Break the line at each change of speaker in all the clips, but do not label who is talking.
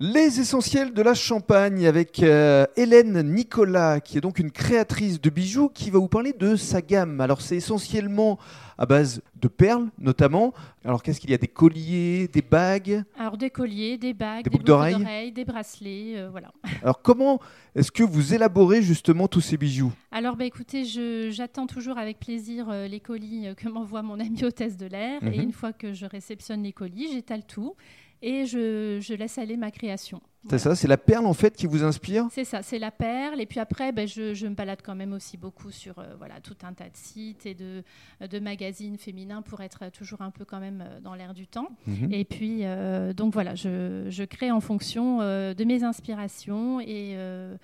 Les essentiels de la Champagne avec euh, Hélène Nicolas, qui est donc une créatrice de bijoux, qui va vous parler de sa gamme. Alors c'est essentiellement à base de perles notamment. Alors qu'est-ce qu'il y a Des colliers, des bagues
Alors des colliers, des bagues,
Des
des,
boucles
boucles
d'oreilles
d'oreilles, des bracelets, euh, voilà.
Alors comment est-ce que vous élaborez justement tous ces bijoux
Alors bah, écoutez, je- j'attends toujours avec plaisir euh, les colis euh, que m'envoie mon ami hôtesse de l'air.
Mhm.
Et une fois que je réceptionne les colis, j'étale tout et je, je laisse aller ma création.
C'est ça, c'est la perle en fait qui vous inspire
C'est ça, c'est la perle. Et puis après, ben, je, je me balade quand même aussi beaucoup sur euh, voilà, tout un tas de sites et de, de magazines féminins pour être toujours un peu quand même euh, dans l'air du temps.
Mhm.
Et puis, euh, donc voilà, je, je crée en fonction euh, de mes inspirations et euh,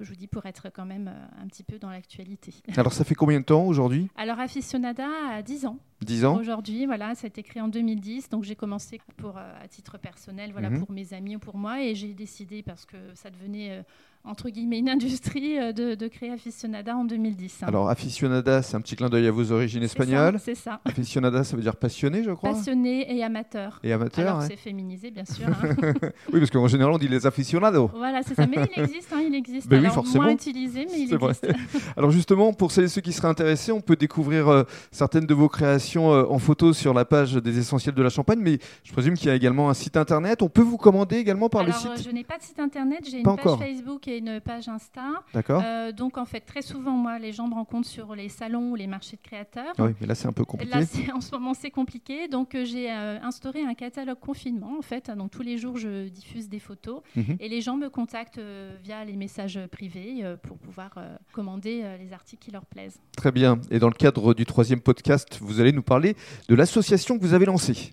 je vous dis pour être quand même euh, un petit peu dans l'actualité.
Alors ça fait combien de temps aujourd'hui
Alors, Aficionada a 10 ans
10 ans
aujourd'hui, voilà, ça a été créé en 2010, donc j'ai commencé pour, euh, à titre personnel, voilà,
Mhm.
pour mes amis ou pour moi, et j'ai décidé, parce que ça devenait, euh, entre guillemets, une industrie, euh, de, de créer Aficionada en 2010. hein.
Alors aficionada, c'est un petit clin d'œil à vos origines
C'est ça,
espagnoles.
C'est ça,
Aficionada, ça veut dire passionné, je crois.
passionné et amateur.
Et amateur.
Alors,
hein.
c'est féminisé, bien sûr. hein.
Oui, parce qu'en général, on dit les aficionados.
voilà, c'est ça. Mais il existe, hein, il existe.
Ben oui,
Alors,
forcément.
moins utilisé, mais il
C'est vrai.
existe.
Alors justement, pour celles et ceux qui seraient intéressés, on peut découvrir euh, certaines de vos créations euh, en photo sur la page des essentiels de la Champagne, mais je présume qu'il y a également un site internet. On peut vous commander également par
Alors,
le
euh,
site
je n'ai pas de site internet, j'ai une
Pas
page
encore. Ah.
Facebook et une page Insta.
D'accord
Euh, donc, en fait, très souvent, moi, les gens me rencontrent sur les salons ou les marchés de créateurs.
Ah Oui, mais là c'est un peu compliqué.
Là, c'est- en ce moment, c'est compliqué. Donc, euh, j'ai euh, instauré un catalogue confinement, en fait. Donc, tous les jours, je diffuse des photos
Mhm.
et les gens me contactent euh, via les messages privés euh, pour pouvoir euh, commander euh, les articles qui leur plaisent.
Très bien. Et dans le cadre du troisième podcast, vous allez nous parler de l'association que vous avez lancée.